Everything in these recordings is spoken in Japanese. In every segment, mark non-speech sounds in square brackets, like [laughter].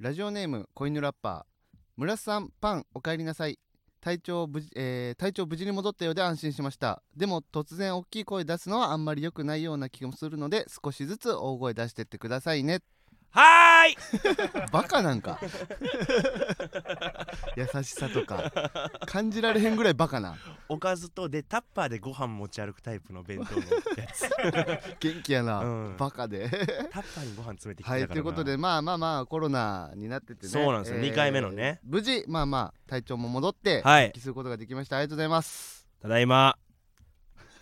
ラジオネーム子犬ラッパー村瀬さんパンお帰りなさい体調無事、えー体調無事に戻ったようで安心しましたでも突然大きい声出すのはあんまり良くないような気もするので少しずつ大声出してってくださいねはーいバカなん [laughs] か優しさとか感じられへんぐらいバカなおかずとでタッパーでご飯持ち歩くタイプの弁当のや [laughs] つ元気やな、うんバカ [laughs] でタッパーにご飯詰めてきてたはからいなということでまあまあまあコロナになっててねそうなんですよ二回目のね無事まあまあ体調も戻ってはい復帰することができましたありがとうございますただいま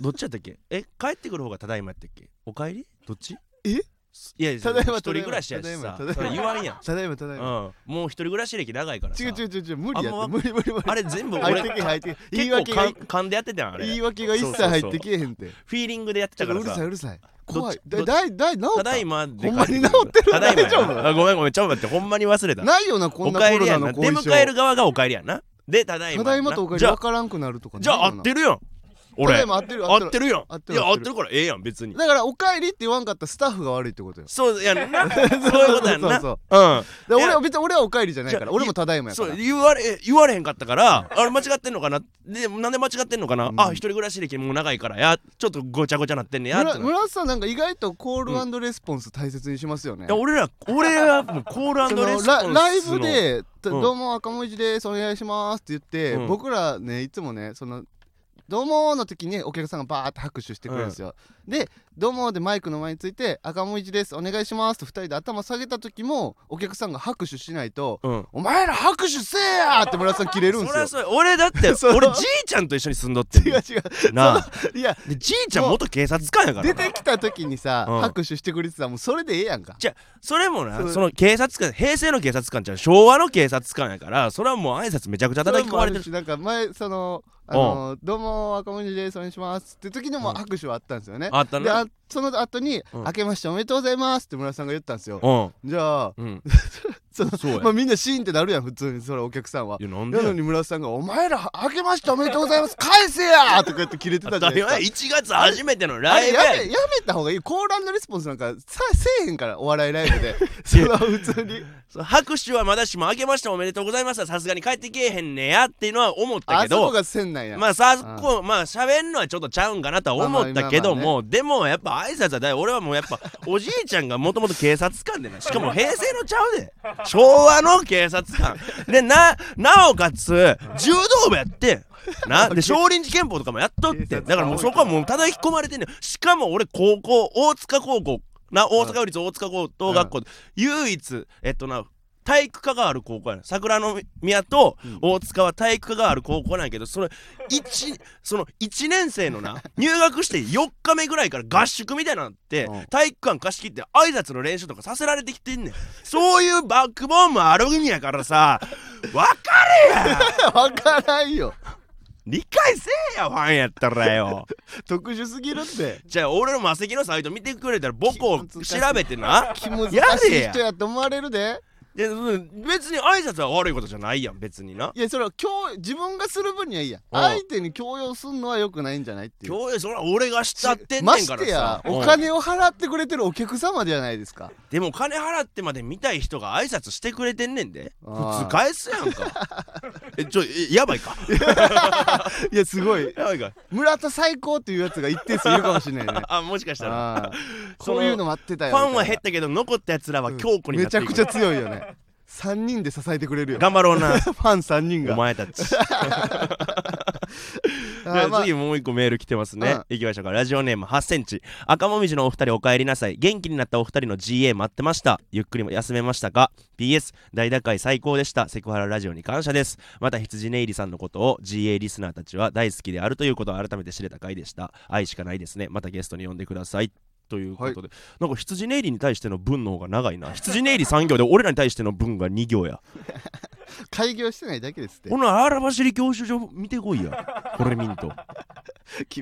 どっちやったっけえ帰ってくる方がただいまやったっけおかえりどっちえすいやいやただいま一人暮らしやしさただいまそれ言わんやんただいまただういんま、もう一人暮らし歴長いからさ違う違う違う違う無理やあんまって無理無理無理あれ全部入っ俺てけ入ってけ言い結構訳かがん勘でやってたやんあれ言い訳が一切入ってけえへんてフィーリングでやってちょたっかとらうるさいうるささい怖いどだっちだいだい治たっただいまでほんまに治帰ってるただいまや大丈夫あごめんごめんちょっと待ってほんまに忘れたないよなこおんな帰コロりナやんなの出後遺症迎える側がお帰りやんなでただいまただいまとお帰りじゃ分あからんくなるとかじゃあ合ないよなってるやんただ俺いま合ってる合ってる合ってるやん合っている合や合っっててるるからええやん別にだから「おかえり」って言わんかったスタッフが悪いってことよそうやん [laughs] なそういうことやんなそううんでい俺やは別に俺はおかえりじゃないかじらゃあ俺もただいまやかそらう言われ言われへんかったからあれ間違ってんのかなでなんで間違ってんのかな、うんあ一人暮らし歴もう長いからやちょっとごちゃごちゃなってんねやって村な村瀬さんなんか意外とコールレスポンス大切にしますよねいや俺ら俺はもうコールそレのスポンラスのライブで「うんどうも赤文字ですお願いします」って言って、うん僕らねいつもねその「どうも」の時にお客さんがバーって拍手してくれるんですよ、で「どうも」でマイクの前について「赤文字ですお願いします」と2人で頭下げた時もお客さんが拍手しないとうん「お前ら拍手せえや!」って村田さん切れるんでそすりよゃそう俺だって [laughs] そう俺じいちゃんと一緒に住んどってん [laughs] 違ねんう違うなあいやでじいちゃん元警察官やか出らなてきた時にさ、うん拍手してくれてたらもうそれでええやんかじゃそれそもなうその警察官平成の警察官じゃん昭和の警察官やからそれはもう挨拶めちゃくちゃ叩き込まれてるそもあしなんか前その「あのどうも赤文字ですお願いします」って時にもうん拍手はあったんですよね、あったでなあその後に、うん明けましておめでとうございます」って村田さんが言ったんですよ、うんじゃあうんそのそうやまあ、みんなシーンってなるやん普通にそれお客さんはいやなんでなやのに村田さんが「お前ら明けましておめでとうございます返せや!」とか言って切れてた当じゃたないでりす [laughs] か前1月初めてのあライれブややめやめた方がいいコーランドレスポンスなんかさせえへんからお笑いライブで [laughs] その普通にそう拍手はまだしも明けましておめでとうございますはさすがに帰ってけえへんねやっていうのは思ったあけそこどがせんなんや、まあさあこうまあ喋んのはちょっとちゃうんかなとは思ったけども、でもやっぱ挨拶はだい俺はもうやっぱおじいちゃんがもともと警察官 [laughs] でなしかも平成のちゃうで昭和の警察官でななおかつ柔道部やってんなで少林寺拳法とかもやっとってん警察だからもうそこはもう叩き込まれてんねんしかも俺高校大塚高校な大阪立大塚高等学校で唯一えっとな体育科がある高校やねん桜の宮と大塚は体育科がある高校なんやけどそれ一その1年生のな入学して4日目ぐらいから合宿みたいなのあって、うん体育館貸し切って挨拶の練習とかさせられてきてんねんそういうバックボーンもあるんやからさわかれや [laughs] 分からんよ理解せえやファンやったらよ特殊すぎるってじゃあ俺の魔石のサイト見てくれたら母校を調べてな気難しやれいや人やと思われるででうん別に挨拶は悪いことじゃないやん別にないやそれは強自分がする分にはいいやんうん相手に強要すんのはよくないんじゃないっていう今日それは俺が慕ってんまねんしかてらさやおうん金を払ってくれてるお客様じゃないですかでも金払ってまで見たい人が挨拶してくれてんねんであー普通返すやんか [laughs] えちょえやばいかいやすごいやばいか村田最高っていうやつが一定数いるかもしれない [laughs] ねあもしかしたらああそういうの待ってたフよみたいァなンは減ったけど残ったやつらは強固になめっちていゃく、くちゃ強いよ [laughs] ね3人で支えてくれるよ頑張ろうなファン3人がお前たちじあゃーあまあ次もう一個メール来てますね、うんいきましょうかラジオネーム8センチ赤もみじのお二人お帰りなさい元気になったお二人の GA 待ってましたゆっくりも休めましたか PS 大打開最高でしたセクハララジオに感謝ですまた羊ネイリさんのことを GA リスナーたちは大好きであるということを改めて知れた回でした愛しかないですねまたゲストに呼んでくださいということで、なんか羊ネイリに対しての文の方が長いな羊ネイリ3行で俺らに対しての文が2 [laughs] 行や開業してないだけですっこの荒走り教習所見てこいやこれミントて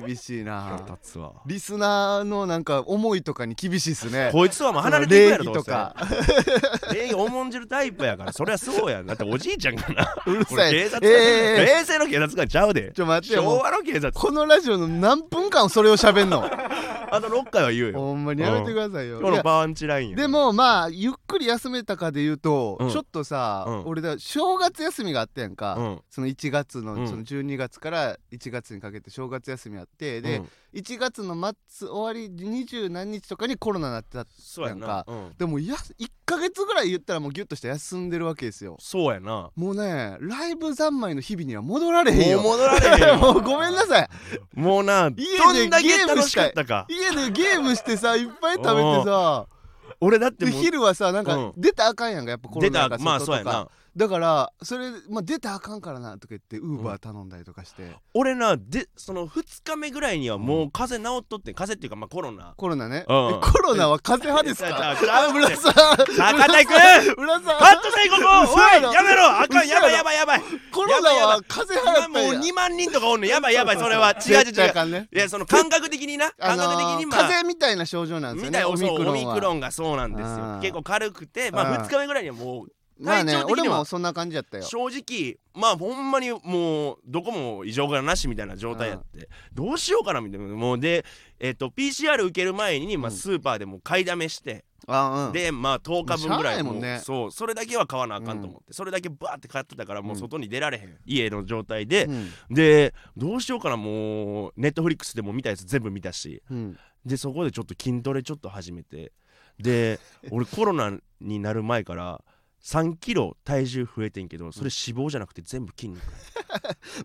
厳しいな腹立つわリスナーのなんか思いとかに厳しいっすねこいつはもう離れていくやろそのどう礼儀とせか礼儀重んじるタイプやからそりゃそうやんだっておじいちゃんかなうるさ俺い警ええ察官、ええええ平成の警察官ちゃうでちょ待ってよ昭もう和の警察このラジオの何分間それを喋んのあと6回は言うよほんまにやめてくださいよ今い日やのパンチラインよでもまあゆっくり休めたかで言うと、うんちょっとさ、うん俺だ正月休みがあったやんか、うんその1月の,、うんその12月から1月にかけて正月休みあってで、うん1月の末終わり二十何日とかにコロナなってたそうやななんかうんでもや1ヶ月ぐらい言ったらもうギュッとして休んでるわけですよそうやなもうねライブ三昧の日々には戻られへんもうよ戻られへん [laughs] よもうごめんなさいもうなでどんだけゲーム楽しかったか家でゲームしてさいっぱい食べてさ俺だってでもう昼はさなんうかん出たらあかんやんかやっぱコロ出ナたがまあ外とそうやかなだからそれ、まあ、出たらあかんからなとか言ってウーバー頼んだりとかして、俺なでその2日目ぐらいにはもう風邪治っとって風邪っていうかまあコロナコロナね、うんえコロナは風邪派ですちかゃうちゃうあ村ちゃうさん坂田君村さんカットしてここ嘘おやいろやめろあかん嘘ややろばいやばいやばいコロナは風邪今派もやうったんや2万人とかおんのやばいやばいそれは違う違う絶対違あかんねういやその感覚的になあ感のー覚的にま風あ邪みたいな症状なんですよみねたいなそうオミはクロンがそうなんですあよー結構軽くてまああー2日目ぐらいにはもうまあね体調的俺にはもそんな感じやったよ正直まあほんまにもうどこも異常がなしみたいな状態やってどうしようかなみたいなもうでえっと PCR 受ける前にまあうんスーパーでもう買いだめしてあうんでまあ10日分ぐらいもうしゃあないもんねうそうそれだけは買わなあかんと思ってそれだけバーって買ってたからもう外に出られへん家の状態でうんでどうしようかなもうネットフリックスでも見たやつ全部見たしうんでそこでちょっと筋トレちょっと始めて [laughs] で俺コロナになる前から3キロ体重増えてんけどそれ脂肪じゃなくて全部筋肉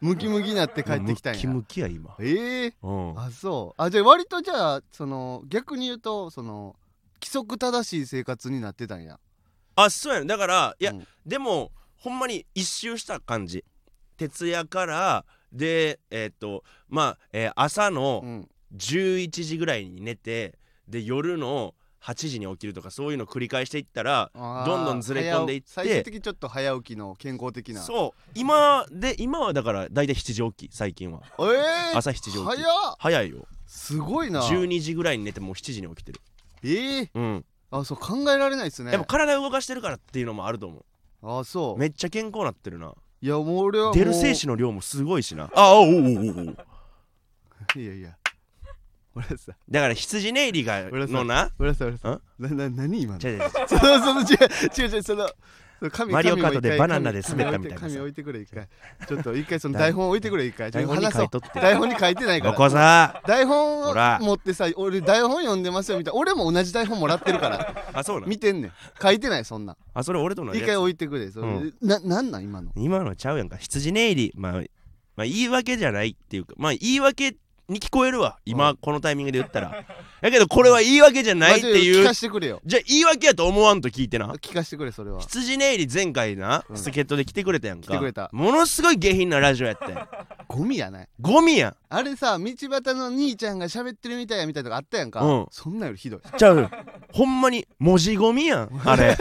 ムキムキになって帰ってきたんやムッキムキや今ええうんあそうあじゃあ割とじゃあその逆に言うとその規則正しい生活になってたんやあそうやねだからいや、うんでもほんまに一周した感じ徹夜からでえーっとまあ、えー朝うのん11時ぐらいに寝てで夜の8時に起きるとかそういうの繰り返していったらあーどんどんずれ込んでいって早最終的にちょっと早起きの健康的なうそう今で今はだから大体7時起き最近はええ朝7時起き早っ早いよすごいな12時ぐらいに寝てもう7時に起きてるええうんあそう考えられないですねやっぱ体動かしてるからっていうのもあると思あそううめっちゃ健康なってるないやもう俺はもう出る精子の量もすごいしなああおうおうおうおういやいや俺さだから羊ネイリが俺さのな俺さ俺さんなな何今の違う違う違う [laughs] そのその違う違う違うそのその神マリオカー神も一ト回でバナナで滑ったみたいな神さ神置いてくれ一回ちょっと一回その台台本置いてくれ一回ちょ台っと本に話書そういとって台本に書いてないかこらこさ台本ほらを持ってさ俺台本読んでますよみたいな俺も同じ台本もらってる [laughs] からあそうな見てんねん書いてないそんなんあそれ俺との一回置いてくれそれうんななんなん今の今のちゃうやんか羊ネイリまあまあ言い訳じゃないっていうかまあ言い訳に聞こえるわ今このタイミングで言ったらだけどこれは言い訳じゃないってまあちょっと聞いうかしてくれよじゃあ言い訳やと思わんと聞いてな聞かしてくれそれは羊ネイリ前回なうん助っ人で来てくれたやんか来てくれたものすごい下品なラジオやったやんゴミやないゴミやんあれさ道端の兄ちゃんが喋ってるみたいやみたいなとかあったやんか、うんそんなんよりひどいちゃうほんまに文字ゴミやんあ [laughs] れ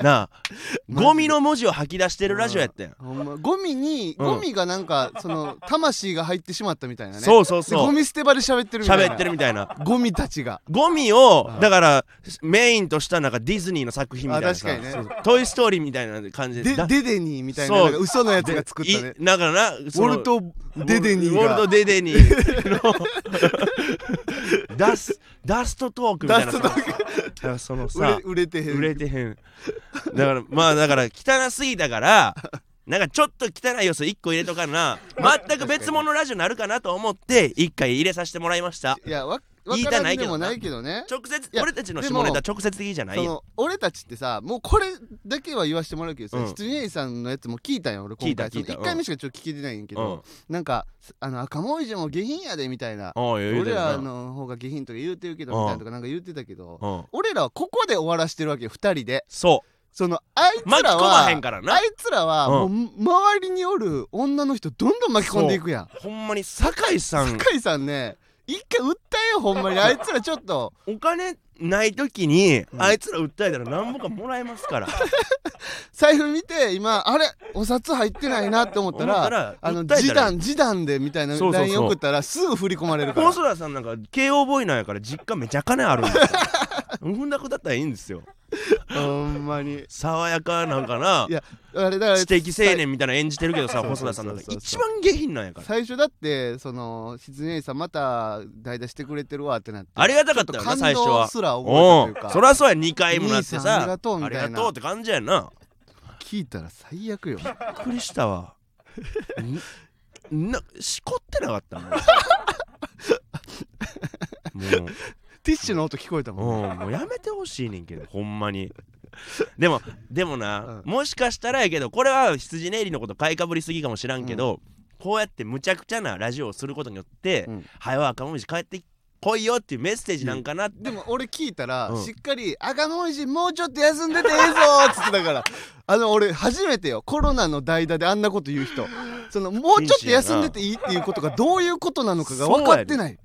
なあマジでゴミの文字を吐き出してるラジオやったやんほんまゴミに、うんゴミがなんかその魂が入ってしまったみたいなねそうそうでそゴうミ捨て場で喋ってるみたいな喋ってるみたいなゴミたちがゴミをうんだからメインとしたなんかディズニーの作品みたいなさあ確かにねそうそうトイ・ストーリーみたいな感じでだデデニーみたいなそうなんか嘘のやつが作ったねいだからなウそォのルト・デデニーウォルがト・デデニー [laughs] のダスダストトークみたいなダストトだからその売れさ売れてへん売れてへんだからまあだから汚すぎだからなんかちょっと汚い要素1個入れとかな全く別物ラジオになるかなと思って1回入れさせてもらいましたいやわ言分いかたならいんけでどもなないけどね直接いや俺たちのでも下ネタ直接的じゃないそやんの俺たちってさもうこれだけは言わせてもらうけどさ、うん羊ネイさんのやつも聞いたよ俺今回聞いた聞いた1回目しかちょっと聞けてないんやけうどん、なんかあの赤もみじも下品やでみたいなおい言う俺てるならの方が下品とか言うてるけどうんみたいなとかなんか言ってたけどうん俺らはここで終わらしてるわけよ2人でそそのあいうつ巻きら込まはへんからなあいつらはもうう周りにおる女の人どんどん巻き込んでいくやんほんまに酒井さん酒井さんね一回訴えようほんまにあいつらちょっとお金ない時にうん [laughs] あいつら訴えたら何ぼかもらえますから財布見て今あれお札入ってないなって思った思っらたらあの訴えたら示談示談でみたいなそうそうそう LINE 送ったらすぐ振り込まれるから細田さんなんか慶応ボーイなんやから実家めちゃ金あるんで [laughs] すよふんだくだったらいいんですよほんまに爽やかなんかないやあれだから知的青年みたいな演じてるけどさそう細田さんなんかそうそう一そう番下品なんやから最初だってその羊姉さんまた代打してくれてるわってなってありがたかったよちょなっと最感初は動すら覚おえたといううかんそりゃそうや2回もなって兄さんありさがとうあみりたいながとうって感じやな聞いたら最悪よびっくりしたわんなしこってなかったもうもうティッシュの音聞こえたもんねうんもうやめてほしいねんけどほんまにでもでもな、うもしかしたらやけどこれは羊ネイリのこと買いかぶりすぎかもしらんけど、こうやってむちゃくちゃなラジオをすることによってうん「はよ赤もみじ帰ってこいよ」っていうメッセージなんかなって、でも俺聞いたら、うんしっかり「赤もみじもうちょっと休んでてええぞ」っつってたからあの俺初めてよコロナの代打であんなこと言う人そのもうちょっと休んでていいっていうことがどういうことなのかが分かってない、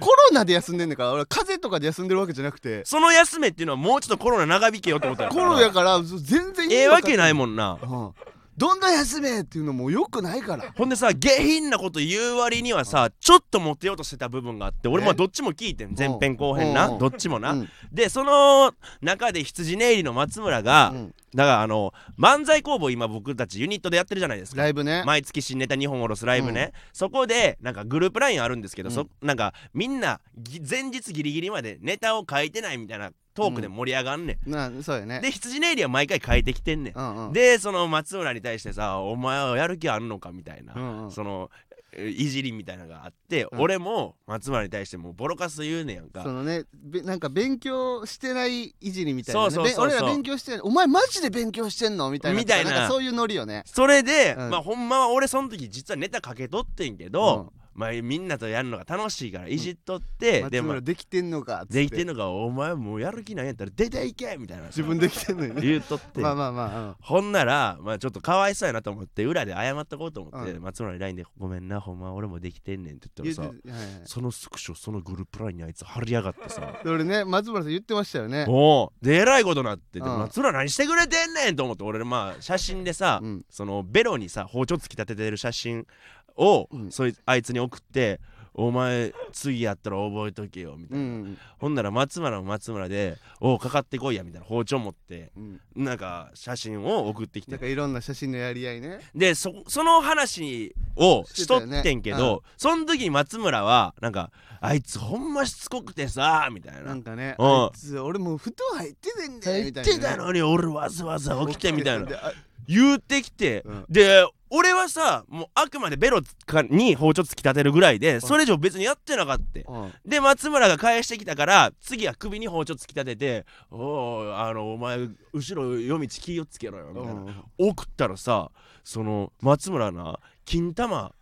コロナで休んでんねんから俺風邪とかで休んでるわけじゃなくてその休めっていうのはもうちょっとコロナ長引けよってことやかコらロナやからそう全然ええわけないももんなうん、どんな休めっていうのもよくないからほんでさ下品なこと言う割にはさちょっとモテようとしてた部分があって俺もどっちも聞いてん前編後編なうんどっちもな、うんでその中で羊ネイリの松村が、うんだからあの漫才工房今僕たちユニットでやってるじゃないですかライブね、毎月新ネタ2本下ろすライブね、そこでなんかグループラインあるんですけど、うんそなんかみんなぎ前日ギリギリまでネタを書いてないみたいなトークで盛り上がんねん、なそうよねで羊ネイリは毎回書いてきてんねん、うんうんでその松村に対してさ「お前はやる気あんのか?」みたいな、うんうんそのえいじりみたいなのがあって、うん俺も松村に対してもうボロカス言うねやんかそのねべなんか勉強してないいじりみたいな、ね、そうそうそうそうべ俺ら勉強してないお前マジで勉強してんのみたいなみたいなんかそういうノリよねそれで、うんまあほんまは俺その時実はネタかけとってんけど、まあみんなとやるのが楽しいからいじっとって、で松も村できてんのかっつってできてんのがお前もうやる気ないんやったら出ていけみたいな自分できてんのにね言うとって、まあまあまほんならまあちょっとかわいそうやなと思って裏で謝っとこうと思って、う松村に LINE で「ごめんなほんま俺もできてんねん」ってあ言言っうたてらさはいはいそのスクショそのグループラインにあいつ貼りやがってさ [laughs] で俺ね松村さん言ってましたよねおうでえらいことなってでうん松浦何してくれてんねんと思って俺まあ写真でさ、うんそのベロにさ包丁突き立ててる写真を、うんそいあいつに送って「お前次やったら覚えとけよ」みたういな、んほんなら松村も松村で「おうかかってこいや」みたいな包丁持ってうんなんか写真を送ってきなんてかいろんな写真のやり合いねでそその話をしとってんしてけたよど、その時に松村はなんか「あいつほんましつこくてさ」みたいななんかねうんあいつ俺もう布団入っててんだよ言っみたいなねてたのに俺わざわざ [laughs] 起きてみたいなであ言ってきて、うんで俺はさもうあくまでベロかに包丁突き立てるぐらいでそれ以上別にやってなかった、うんで松村が返してきたから次は首に包丁突き立てて「おおあのお前後ろ夜道気をつけろよ」みたいな、うん送ったらさその松村な金玉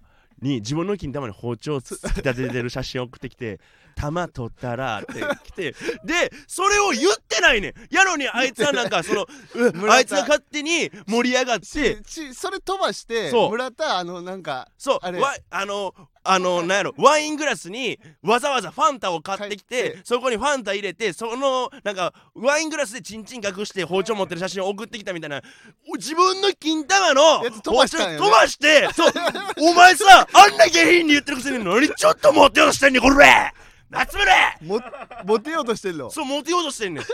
に自分の金玉に包丁を突き立ててる写真送ってき [laughs] て「玉取ったら」って来てでそれを言ってないねんやのにあいつはなんかその [laughs] 村う田あいつが勝手に盛り上がってちそれ飛ばしてそう村田あのなんかそうあれわあのあのなんやろワイングラスにわざわざファンタを買ってき買っててそこにファンタ入れてそのなんかワイングラスでチンチン隠して包丁持ってる写真を送ってきたみたいなお自分の金玉のやつ飛ばしたんやね包丁飛ばしてそうお前さあんな下品に言ってるくせに何ちょっと持ってようとしてんねんこれ夏村もモテようとしてんのそう持てようとしてんねん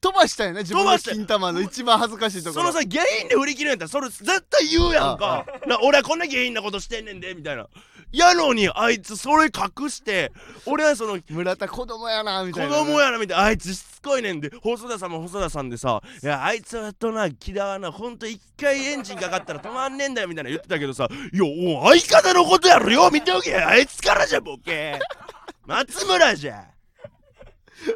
飛ばしたよね自分飛ばのした金玉の一番恥ずかしいとこそろのさ下品で振り切るんやったらそれ絶対言うやんかな俺はこんな下品なことしてんねんでみたいなやのにあいつそれ隠して俺はその村田子供やなみ子たいなね、供やなみたいなあいつしつこいねんで細田さんも細田さんでさ「いやあいつはとな嫌わなほんと一回エンジンかかったら止まんねえんだよ」みたいな言ってたけどさ「いやお相方のことやろよ見ておけあいつからじゃボケ松村じゃ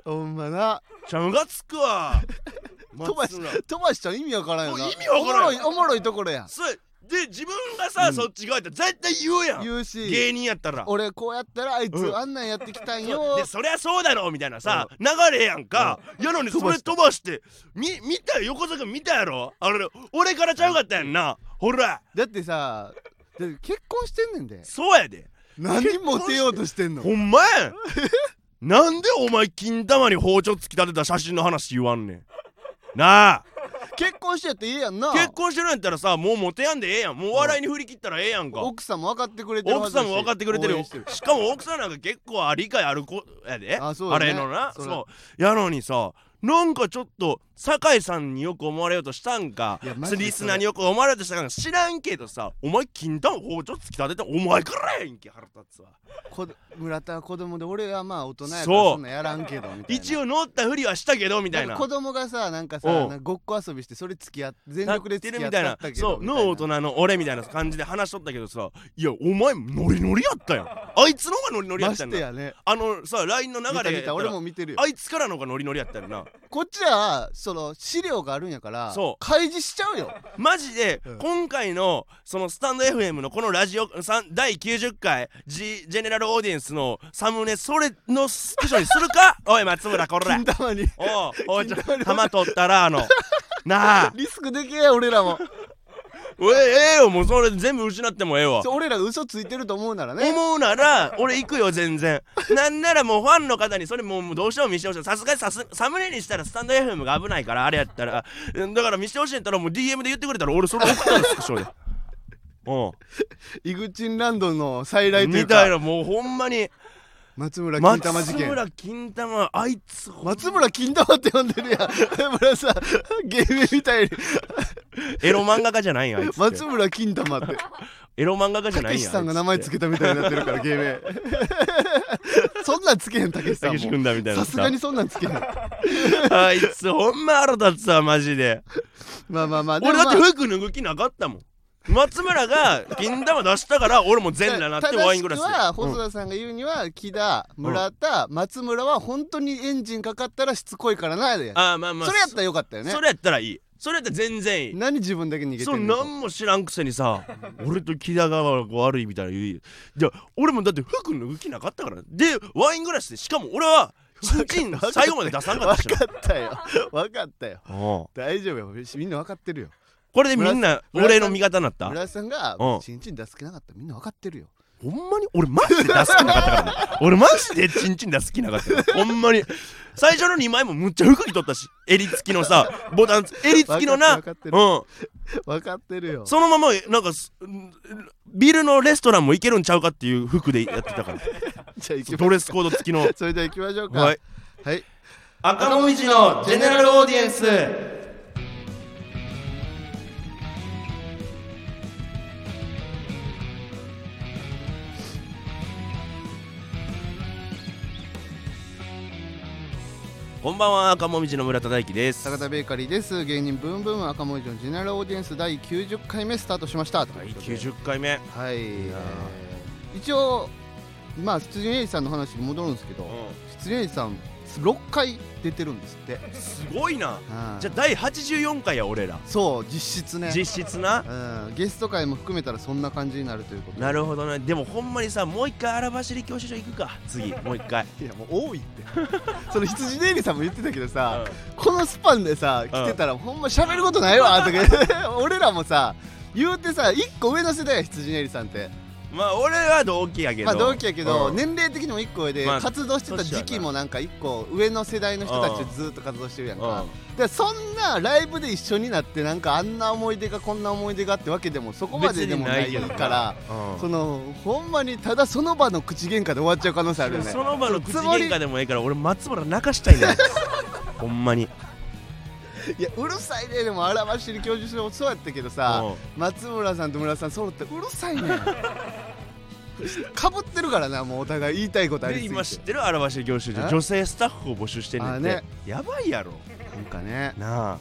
ほんまなちゃんがつくわ [laughs] 飛ばし松村飛ばしたら意味わからんよなもう意味わからんおもろいおもろいところやそうで自分がさ、うんそっち側やったら絶対言うやん言うし芸人やったら俺こうやったらあいつ、うんあんなんやってきたんそうよでそりゃそうだろうみたいなさ、流れやんか、やのにそれ飛ばしてみ見たよ横坂見たやろあれ俺からちゃうかったやんなほらだってさだって結婚してんねんでそうやで何モテようとしてんのほんまやん [laughs] なんでお前金玉に包丁突き立てた写真の話言わんねんなあ結婚してやっていいやんな結婚してるんやったらさもうモテやんでええやんもう笑いに振り切ったらええやんか奥さんも分かってくれてるは奥ずださしんも分かってくれてる応よ援してるしかも奥さんなんか結構あ理解ある子やでああそうだねれのなそそれうやのにさなんかちょっと酒井さんによく思われようとしたんかいやマジでそれリスナーによく思われようとしたんか知らんけどさお前禁断包丁突き立ててお前からやんけ腹立つわこ村田は子供で俺はまあ大人やからそうそんなんやらんけどみたいな一応乗ったふりはしたけどみみたいな子供がさなんかさうんなんかごっこ遊びしてそれ付き合って全な力でって付るき合っみてたいたなけどそうみたいの大人の俺みたいな感じで話しとったけどさいやお前ノリノリやったやんあいつの方がノリノリやまったしんてだやねあのさ LINE の流れ見たや見ったた俺らも見てるよあいつからの方がノリノリやったよな [laughs] こっちはその資料があるんやからそう開示しちゃうよマジで、うん今回のそのスタンド FM のこのラジオさん第90回、G、ジェネラルオーディエンスのサムネそれのスクショにする [laughs] かおい松村こら金玉 [laughs] におうおいちょ金玉に弾取ったらあのな [laughs] あリスクでけえ俺ら [laughs] もおいええよもうそれ全部失ってもええわそう俺らが嘘ついてると思うならね思うなら俺行くよ全然なんならもうファンの方にそれもうもうどうしても見せてほしいさすがにさすサムネにしたらスタンド FM が危ないからあれやったらうんだから見せてほしいんやったらもう DM で言ってくれたら俺それ送ったんですクショ [laughs] でうイグチンランドの再来んというみたいかなもうほんまに松村金松玉事件村金玉あいつほんま松村金玉って呼んでるやん [laughs] 村さゲームみた [laughs] いに [laughs] エロ漫画家じゃないんやあいつって松村金玉ってエロ漫画家じゃたないけんしやさんが名前つけたみたいになってるから芸名 [laughs] そんなんつけへんたけしさたんけしくもんだみたいなさすがにそんなんつけへんまあいつほんま腹立つわマジであまあまあでも俺だまってあ服脱ぐ気なかったもん松村が銀玉出したから俺も全裸なってワイングラス正しくはで、細田さんが言うには木田村田松村は本当にエンジンかかったらしつこいからなでああまあまあそれやったらよかったよそねそれやったらいいそれやったら全然いい何自分だけ逃げそてうんの何も知らんくせにさ俺と木田が悪いみたいな言うじゃ俺もだって服脱ぐ気なかったからでワイングラスでしかも俺はチンチン最後まで出さんかったし分かったよ分かったよなうん大丈夫よみんな分かってるよこれでみんな村さん俺の味方になった村田さんがうんチンチン出す気なかったみんな分かってるよほんまに俺マジで出す気なかったからね [laughs] 俺マジでチンチン出す気なかったからほんまに最初の2枚もむっちゃ服着とったし襟付きのさボタンつ襟付きのな分かってうるん分かってるよそのままなんかすんビルのレストランも行けるんちゃうかっていう服でやってたからじゃあ行きまドレスコード付きのそれでは行きましょうかはいはい赤もみじのジェネラルオーディエンスこんばんは赤もみじの村田大樹です坂田ベーカリーです芸人ブーンブーン赤文字のジェネラルオーディエンス第90回目スタートしました第90回は目いやえー一応まあ羊ネイさんの話に戻るんですけど羊ネイさん6回出てるんですってすごいなうんじゃあ第84回や俺らそう実質ね実質 [laughs] なうんゲスト会も含めたらそんな感じになるということでなるほどねでもほんまにさもう一回荒走り教習所行くか次もう一回いやもう多いって [laughs] その羊ネイリさんも言ってたけどさ、このスパンでさ来てたらほんま喋ることないわとか [laughs] 俺らもさ言うてさ1個上の世代や羊ネイリさんってまあ俺は同期やけどまあ同期やけど、うん年齢的にも1個上で、まあ活動してた時期もなんか1個上の世代の人たちとずっと活動してるやんか、でそんなライブで一緒になってなんかあんな思い出がこんな思い出がってわけでもそこまででもない別にないけどなからうんそのほんまにただその場の口喧嘩で終わっちゃう可能性あるよね [laughs] その場の口喧嘩でもええから俺松村泣かしたい [laughs] ねほんまにいやうるさいねでも荒走り教授所もそうやったけどさうん松村さんと村田さん揃ってうるさい [laughs] ねかぶってるからなもうお互い言いたいことありで今す知ぎっててる荒走り教習所え女性スタッフを募集してんねんてあねやばいやろなんかねなあ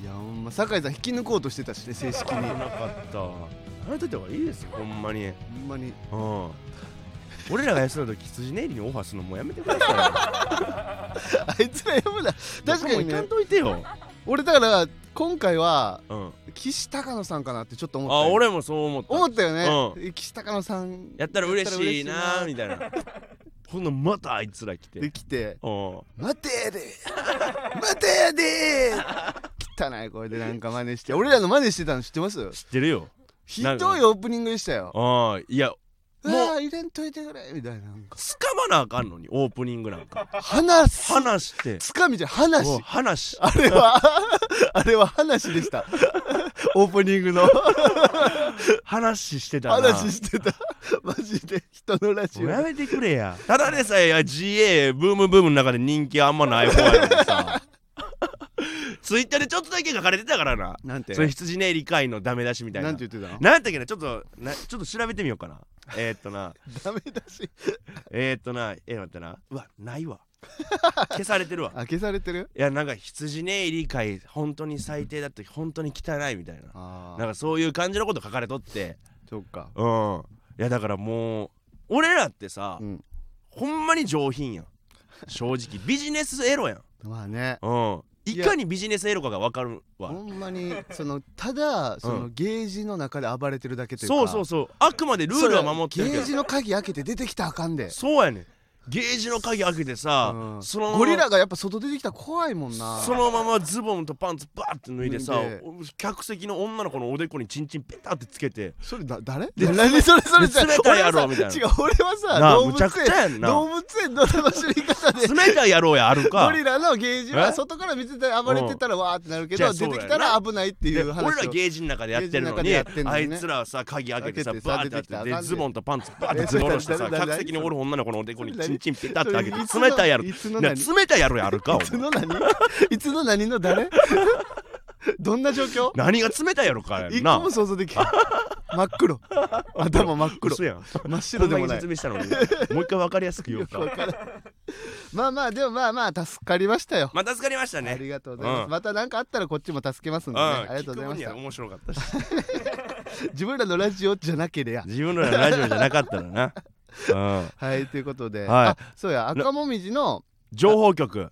いやほんま酒井さん引き抜こうとしてたしね正式危になほかったやめといた方がいいですよほんまにうんんまに [laughs] 俺らが休んだ時羊ネイリにオファーするのもうやめてくださあいつら呼ぶない [laughs] 確かに僕も行ねかんといてよ、俺だから今回はうん、岸高野さんかなってちょっと思ったあよ俺もそう思った思ったよね岸高野さんやったら嬉しいやったならみたいなほんのまたあいつら来てできてうん待てやで [laughs] 待てやで汚い声でなんか真似して俺らの真似してたの知ってます知ってるよひどいオープニングでしたよああいやうもうわー入れんといてくれみたいななんかつかまなあかんのにオープニングなんか話す話してつかみじゃ話もう話あれは [laughs] あれは話でしたオープニングの [laughs] 話してたな話してた [laughs] マジで人のラジもうやオめてくれやただでさえいや GA ブームブームの中で人気あんまない方やのに [laughs] さツイッターでちょっとだけ書かれてたからななんてそれ羊ね理解のダメ出しみたいなななんてん言ってたのやったっけなちょっとなちょっと調べてみようかなえー、っとなダメだしえー、っとなえー、待ってなうわない [laughs] わ消されてるわあ消されてるいやなんか羊ね理解本当に最低だって本当に汚いみたいなあなんかそういう感じのこと書かれとってそっかうんいやだからもう俺らってさ、うんほんまに上品やん正直 [laughs] ビジネスエロやんまあねうんいいやかにビジネスエロかが分かるほわんまにそのただそのゲージの中で暴れてるだけというかそうそうそうあくまでルールは守ってるけゲどージの鍵開けて出てきたらあかんでそうやねんゲージの鍵開けてさ、うんそのままゴリラがやっぱ外出てきたら怖いもんなそのままズボンとパンツバーって脱いでさ脱いでお客席の女の子のおでこにチンチンペタってつけてそれだ誰で何それそれじゃ冷たいやろみたいな違う俺はなさあ動む物ちゃくちゃやん園な動物園の楽しみ方 [laughs] で冷たいやろうやあるかゴリラのゲージはえ外から見てたら暴れてたらわーってなるけじゃどあそ出うやてなきたら危ないっていでう話を俺らゲージの中でやってるのゲージの中にでやってんのあにいねつらはさ鍵開けてさ開けてさバーってやっ出ててきたらあてかんでズボンとパンツバーってズボンしてさえそれ誰誰客席におる女の子のおでこにチンチンペタってそ開れけいつての冷たいやろいつのな何い冷たいやろやあるかお前つの何いつの何の誰どんな状況何が冷たいやろかや一ん個なも想像できへん真っ黒頭真っ黒嘘やん真っ白こんでなもにない説明したのにもう一回分かりやすく言おうよくかわからんまあまあでもまあまあ助かりましたよ、まあ助かりましたあねりがとうございます、うんまた何かあったらこっちも助けますんうでんね、ありがとうございま聞く分にしは面白かったした自分らのラジオじゃなければ自分らのラジオじゃなかったらなうんはいということで、はいあそうや赤もみじの情報局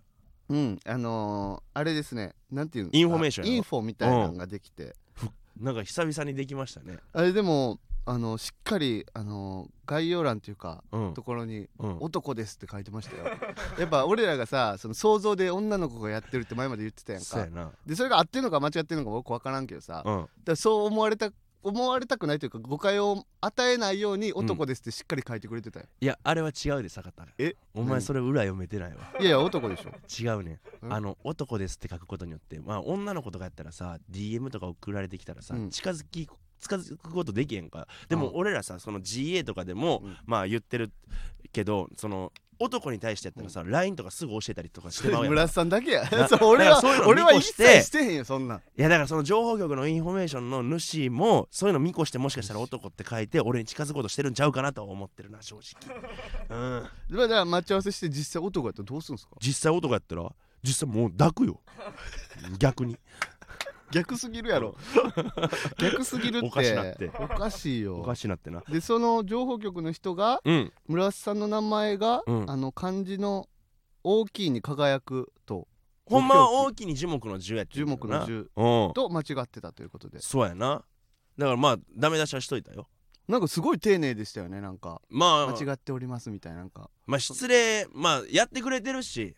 うんあのー、あれですねなんていうのインフォメーションあインフォみたいなのができて、なんか久々にできましたねあれでもあのしっかりあの概要欄というかうんところにうん「男です」って書いてましたよやっぱ俺らがさその想像で女の子がやってるって前まで言ってたやんそうやかなでそれが合ってるのか間違ってるのか僕分からんけどさだかうんらそう思われた思われたくないというか誤解を与えないように「男です」ってしっかり書いてくれてたよ、いやあれは違うで坂田えお前何それ裏読めてないわいやいや男でしょ違うねうんあの男ですって書くことによってまあ女の子とかやったらさ DM とか送られてきたらさ、うん近づき近づくことできへんかでもうん俺らさその GA とかでも、うんまあ言ってるけどその男に対してやったらさ、LINE とかすぐ教えたりとかしてまうやんい [laughs] [laughs] 村瀬さんだけやなそう俺だからはそういうのを見俺は越一して切してへんよそんなんやだからその情報局のインフォメーションの主もそういうの見越してもしかしたら男って書いて俺に近づこうとしてるんちゃうかなとは思ってるな [laughs] 正直うんでまあだから待ち合わせして実際男やったらどうするんですか実際男やったら実際もう抱 [laughs] くよ逆に逆すぎるや [laughs] ろ逆すぎるっておかしなっておかしいよおかしいなってなでその情報局の人がうん村瀬さんの名前が、うんあの漢字の大きいに輝くとほんまは大きに樹木の樹やって言うけどな樹木うんと間違ってたということでそうやなだからまあダメ出しはしといたよなんかすごい丁寧でしたよねなんかまあ間違っておりますみたいななんかまあ失礼まあやってくれてるし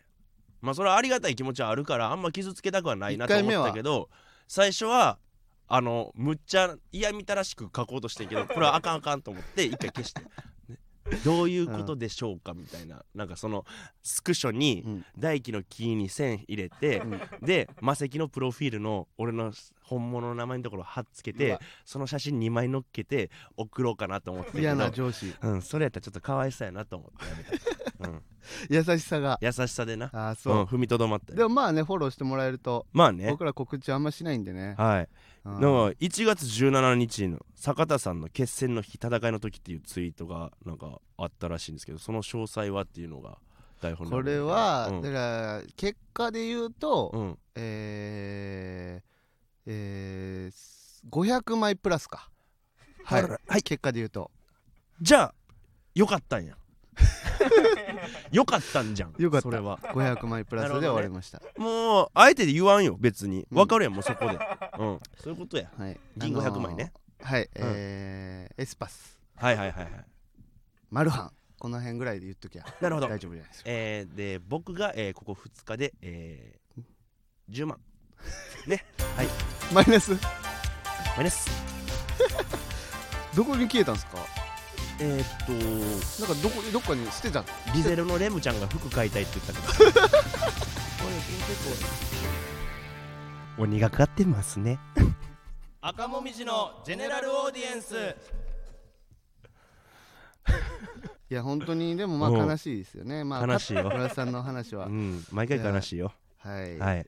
まあそれはありがたい気持ちはあるからあんま傷つけたくはないな一と回思っ目はたけど最初はあのむっちゃ嫌みたらしく書こうとしてんけどこれはあかんあかんと思って一回消して、ねどういうことでしょうかみたいななんかそのスクショにうん大輝のキーに線入れて、うんで魔石のプロフィールの俺の本物の名前のところ貼っつけうてわその写真2枚乗っけて送ろうかなと思ってたけど嫌な上 [laughs] 司うん、それやったらちょっとかわいそうやなと思ってやめた、うん、優しさが優しさでなああう、ん、そう、踏みとどまったよでもまあねフォローしてもらえるとまあね僕ら告知あんましないんでね、はい、うんでも1月17日の坂田さんの決戦の日戦いの時っていうツイートがなんかあったらしいんですけどその詳細はっていうのが台本にあこるんでれは、うんだから結果で言うと、うん、えーえー、500枚プラスかはい、あら結果で言うとじゃあよかったん [laughs] やよかったんじゃんよかったそれは500枚プラスで終わりました、もうあえて言わんよ別にうんわかるやん、もうそ [laughs] こで、うん、そういうことやはい銀500枚ね、あのーはい、えーエスパスはいはいはいはいマルハンこの辺ぐらいで言っときゃなるほど大丈夫じゃないですかえー、で僕が、えー、ここ2日で、えー、10万ねはいマイナスマイナスどこに消えたんですかえー、っとなんかどこどっかに捨てたのリゼロのレムちゃんが服買いたいって言った [laughs] けど鬼がかってますね [laughs] 赤もみじのジェネラルオーディエンスいや本当にでもまあうん悲しいですよね、まあ悲しいよ村田さんの話はうん毎回悲しいよはい、はい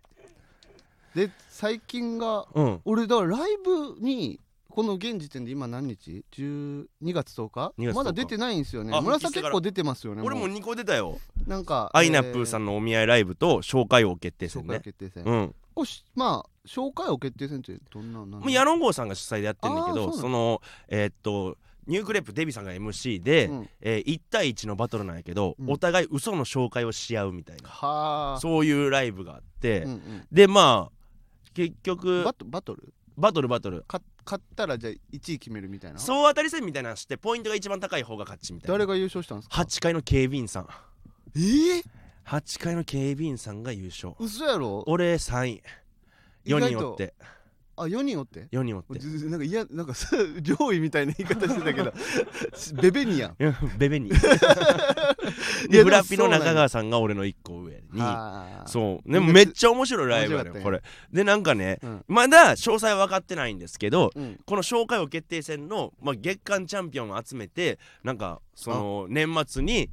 で最近がうん俺だからライブにこの現時点で今何日 ?12 月10日2月10日まだ出てないんですよねあ村田さん結構出てますよね俺もう2個出たよなんかアイナップさんのお見合いライブと紹介王決定えー戦紹介ね決定戦、うんこうしまあ紹介を決定戦ってどんななんもう矢野郷さんが主催でやってるんだけあーそうどなのそのえー、っとニュークレープデビさんが MC で、うんえー、1対1のバトルなんやけど、うんお互い嘘の紹介をし合うみたいなはあそういうライブがあって、うんうんでまあ結局バトバトルバトルバトルか勝ったらじゃあ1位決めるみたいな総当たり戦みたいなのしてポイントが一番高い方が勝ちみたいな誰が優勝したんですか8階の警備員さんえー、 8階の警備員さんが優勝嘘やろ俺3位意外と4人おってあ四4人おって4人おってずなんかいやなんか [laughs] さ上位みたいな言い方してた [laughs] けどベベニアンいや [laughs] ベベにいやでブラピでものそうなんや中川さんが俺の1個上にあーそうでもめっちゃ面白いライブやね面ん白こかれでなんかねうんまだ詳細は分かってないんですけどうんこの紹介を決定戦の、まあ、月間チャンピオンを集めてなんかその年末に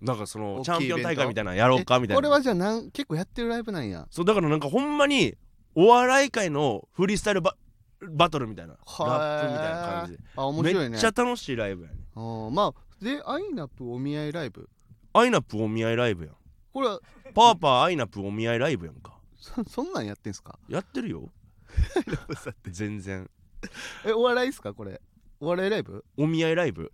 なんかそ大のきチいャンピオン大会みたいなのやろうかみたいこれはなじゃあなん結構やってるライブなんやそうだからなんかほんまにお笑い界のフリースタイルババトルみたいなラはーップみたいな感じであ面白いねめっちゃ楽しいライブやねあーまあでアイナップお見合いライブアイナップお見合いライブやんこれはパーパーアイナップお見合いライブやんかそそんなんやってんすかやってるよ全然えお笑いっすかこれお笑いライブ [laughs] お見合いライブ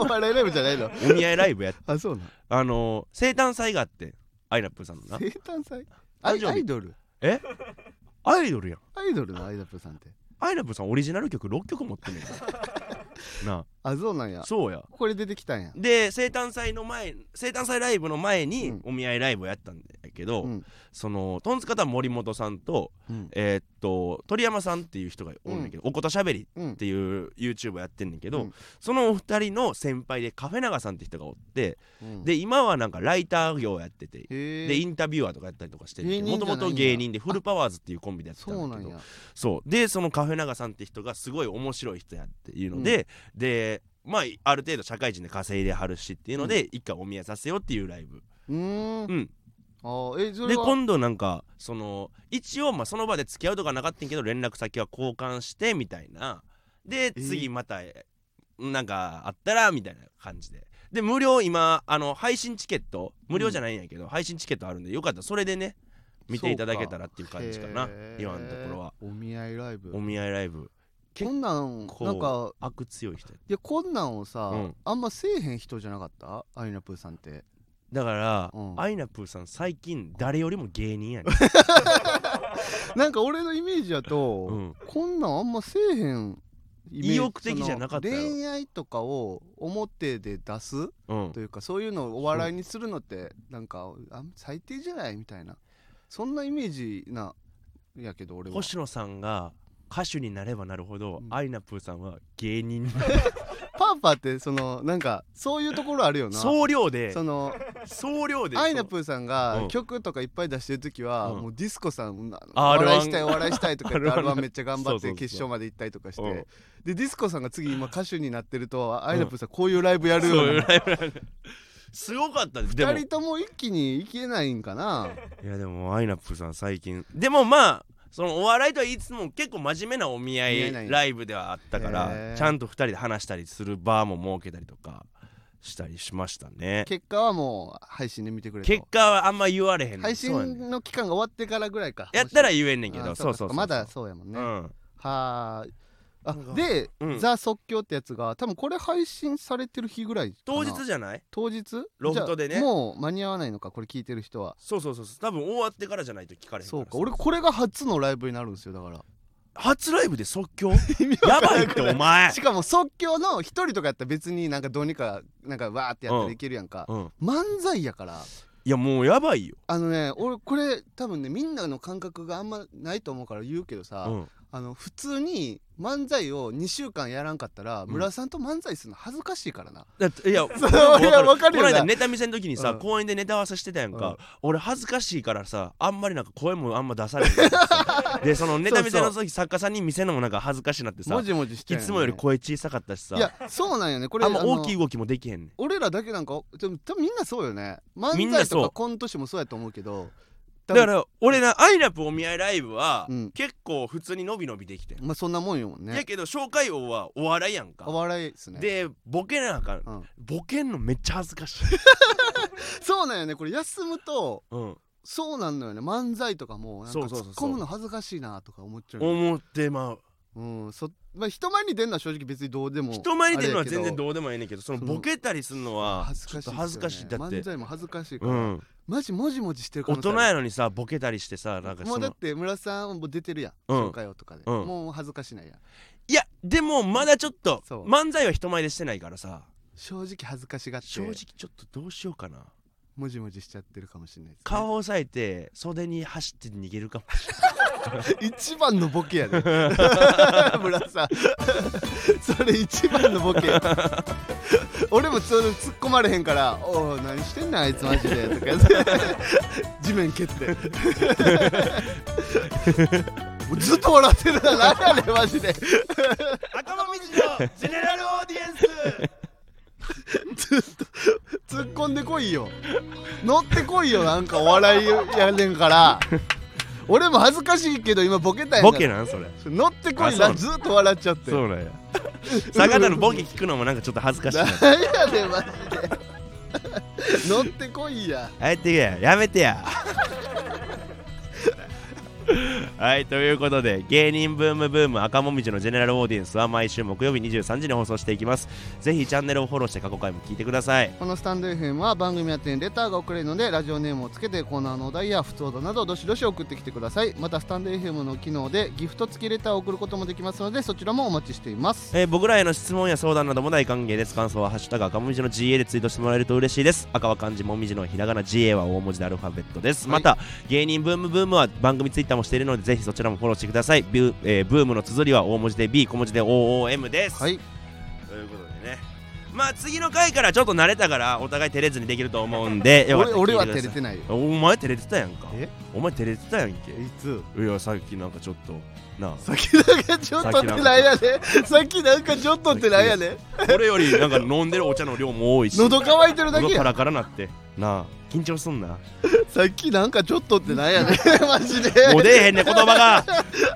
お笑いライブじゃないのお見合いライブやっ [laughs] あそうなんあのー、生誕祭があってアイナップさんのな生誕祭ア誕生イ日アイドルアイドルやんアイドルのアイナップさんってアイラブさんオリジナル曲6曲持ってんねんからなあそうなんあやそうやこれ出てきたんやで生誕祭の前生誕祭ライブの前うにんお見合いライブをやったんだけど、うんそのトンツカタン森本さんとうんえーっと鳥山さんっていう人がおんねんけど、おことしゃべりうんっていう YouTube やってんねんけど、うんそのお二人の先輩でカフェ長さんって人がおって、うんで今はなんかライター業やってて、へでえインタビュアーとかやったりとかして芸人じゃもないとんやもと芸人でフルパワーズっていうコンビでやってたんそうなだけんどやそうでそのカフェ長さんって人がすごい面白い人やっていうので、でまあある程度社会人で稼いではるしっていうので、一回お見合いさせようっていうライブ、うーんうん、あーえそれでは今度なんかその一応まあその場で付き合うとかなかったんけど連絡先は交換してみたいなでー次また、なんかあったらみたいな感じでで無料今あの配信チケット無料じゃないんやけど、配信チケットあるんでよかったらそれでね見ていただけたらっていう感じかなへー今のところはお見合いライブお見合いライブこんなんこうなんか悪強い人やいやこんなんをさ、うんあんませえへん人じゃなかったアイナプーさん [laughs] ってだから、うんアイナプーさん最近誰よりも芸人 [laughs] やねん、なんか俺のイメージだと、うんこんなんあんませえへんイメージ意欲的じゃなかったよその恋愛とかを表で出すうんと、いうかそういうのをお笑いにするのってなんかあん最低じゃないみたいなそんなイメージなやけど俺は星野さんが歌手になればなるほど、うんアイナプーさんは芸人パーパーってそのなんかそういうところあるよな総量でその総量でアイナプーさんうがん曲とかいっぱい出してる時は、うんもうディスコさんなおあ R1 笑いしたいお笑いしたいとか言って R1 R1 めっちゃ頑張っそうそうてそう決勝まで行ったりとかしてうんでディスコさんが次今歌手になってるとアイナプーさんこういうライブやるそうよいううなライブなんですごかったですでも2人とも一気にいけないんか [laughs] ないやでもアイナプーさん最近でもまあそのお笑いとは言いつつも結構真面目なお見合見合いなんいやライブではあったかへらーちゃんと2人で話したりする場も設けたりとかしたりしましたね結果はもう配信で見てくれ結と果はあんま言われへんねん配そうやねん信の期間が終わってからぐらいかやったらい言えんねんけどそうそうそうまだそうやもんうね、はんああなんかで、うんザ・即興ってやつが多分これ配信されてる日ぐらいかな当日じゃない当日ロフトでねじゃあもう間に合わないのかこれ聞いてる人はそうそうそうそう多分終わってからじゃないと聞かれへんかそらうか俺これが初のライブになるんですよだから初ライブで即 [laughs] 興やばいってお前しかも即興の一人とかやったら別になんかどうにかなんかわーってやったらいけるやんか、うん漫才やからいやもうやばいよあのね俺これ多分ねみんなの感覚があんまないと思うから言うけどさ、うんあの普通に漫才を2週間やらんかったら、ん村さんと漫才するの恥ずかしいからなだっ [laughs] ていや俺いやわかるよこなの間ネタ見せの時にさ、うん公園でネタ合わせしてたやんか、うん俺恥ずかしいからさあんまりなんか声もあんま出されへんかった [laughs] さでそのネタ見せの時作家さんに見せるのもなんか恥ずかしいなってさもじもじしてんいねつもより声小さかったしさいやそうなんよねこれあんま大あきいの動きもできへんねん俺らだけなんかでも多分みんなそうよねみん漫な才そうとかコント師もそうやと思うけど多だ分から俺なアイラプお見合いライブは、うん結構普通に伸び伸びできてん、まあそんなもんよもんやねけど紹介王はお笑いやんかお笑いですねでボケなあかん、うんボケんのめっちゃ恥ずかしい、 [laughs] そうなんよねこれ休むとうん、そうなんのよね漫才とかもなんかそうそう突そっうそう込むの恥ずかしいなとか思っちゃうよね思ってまううんそまあ、人前に出るのは正直別にどうでも人前に出るのはあれやけど全然どうでもええねんけどそのそのボケたりするのは恥ずちょかっしい、とね、恥ずかしいだって漫、才も恥ずかしいかうら、ん、マジもじもじしてる可大能性あ人るやのにさボケたりしてさなんかもそうだっのて村さんも出てるやん、うん紹介をとかで、うんもう恥ずかしないやんいやでもまだちょっとそう漫才は人前でしてないからさ正直恥ずかしがって正直ちょっとどうしようかなもじもじしちゃってるかもしれないです、ね、顔を押さえて袖に走って逃げるかも一番のボケやで村さんそれ一番のボケや俺もそれ突っ込まれへんから「おお何してんねんあいつマジで」とか言って地面蹴ってもうずっと笑ってるな何やねんマジで [laughs] 赤間みじのゼネラルオーディエンスずっと突っ込んでこいよ乗ってこいよなんかお笑いやねんから俺も恥ずかしいけど今ボケたやんボケなんそれ乗ってこいあそうなずっと笑っちゃってそ [laughs] うなんや坂田のボケ聞くのもなんかちょっと恥ずかしいななんやねんマジで [laughs] 乗ってこいやはい、てけや、やめてや。はい、ということで、芸人ブームブーム赤もみじのジェネラルオーディエンスは毎週木曜日23時に放送していきます。ぜひチャンネルをフォローして過去回も聞いてください。このスタンド FM は番組宛てにレターが送れるのでラジオネームをつけてコーナーのお題や普通だなどどしどし送ってきてくださいまたスタンド FM の機能でギフト付きレターを送ることもできますのでそちらもお待ちしていますえー僕らへの質問や相談なども大歓迎です。感想はハッシュタグ赤もみじの GA でツイートしてもらえると嬉しいです。赤は漢字もみじのひらがな GA は大文字でアルファベットです。はまいた、芸人ブームブームは番組ツイッターもしているので、ぜひそちらもフォローしてください。ビューえーブームの綴りは大文字で B、小文字で OOM です。はいということでねまあ次の回からちょっと慣れたからお互い照れずにできると思うんでよかっ [laughs] た俺ら俺は聞い照れくださいてないよお前照れてたやんかえお前照れてたやんけいついやさっきなんかちょっとな先なんかちょっとってなんやね先なんかちょっとってなんやねあこれよりなんか飲んでるお茶の量も多いし喉乾いてるだけ喉やカんラカラなってなあ緊張すんなさっきなんかちょっとってなんやね [laughs] マジでもう出えへんね言葉が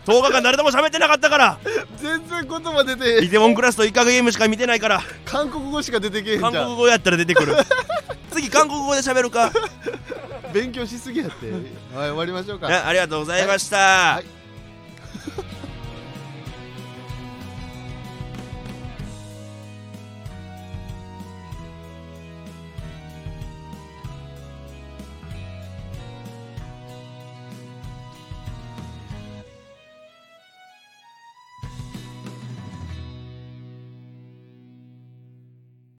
10日間誰とも喋ってなかったから全然言葉出てへんイテウォンクラスとイカゲームしか見てないから韓国語しか出てけへんじゃ韓ん国語やったら出てくる次韓国語で喋るか勉強しすぎやってはい終わりましょうかなありがとうございました、はい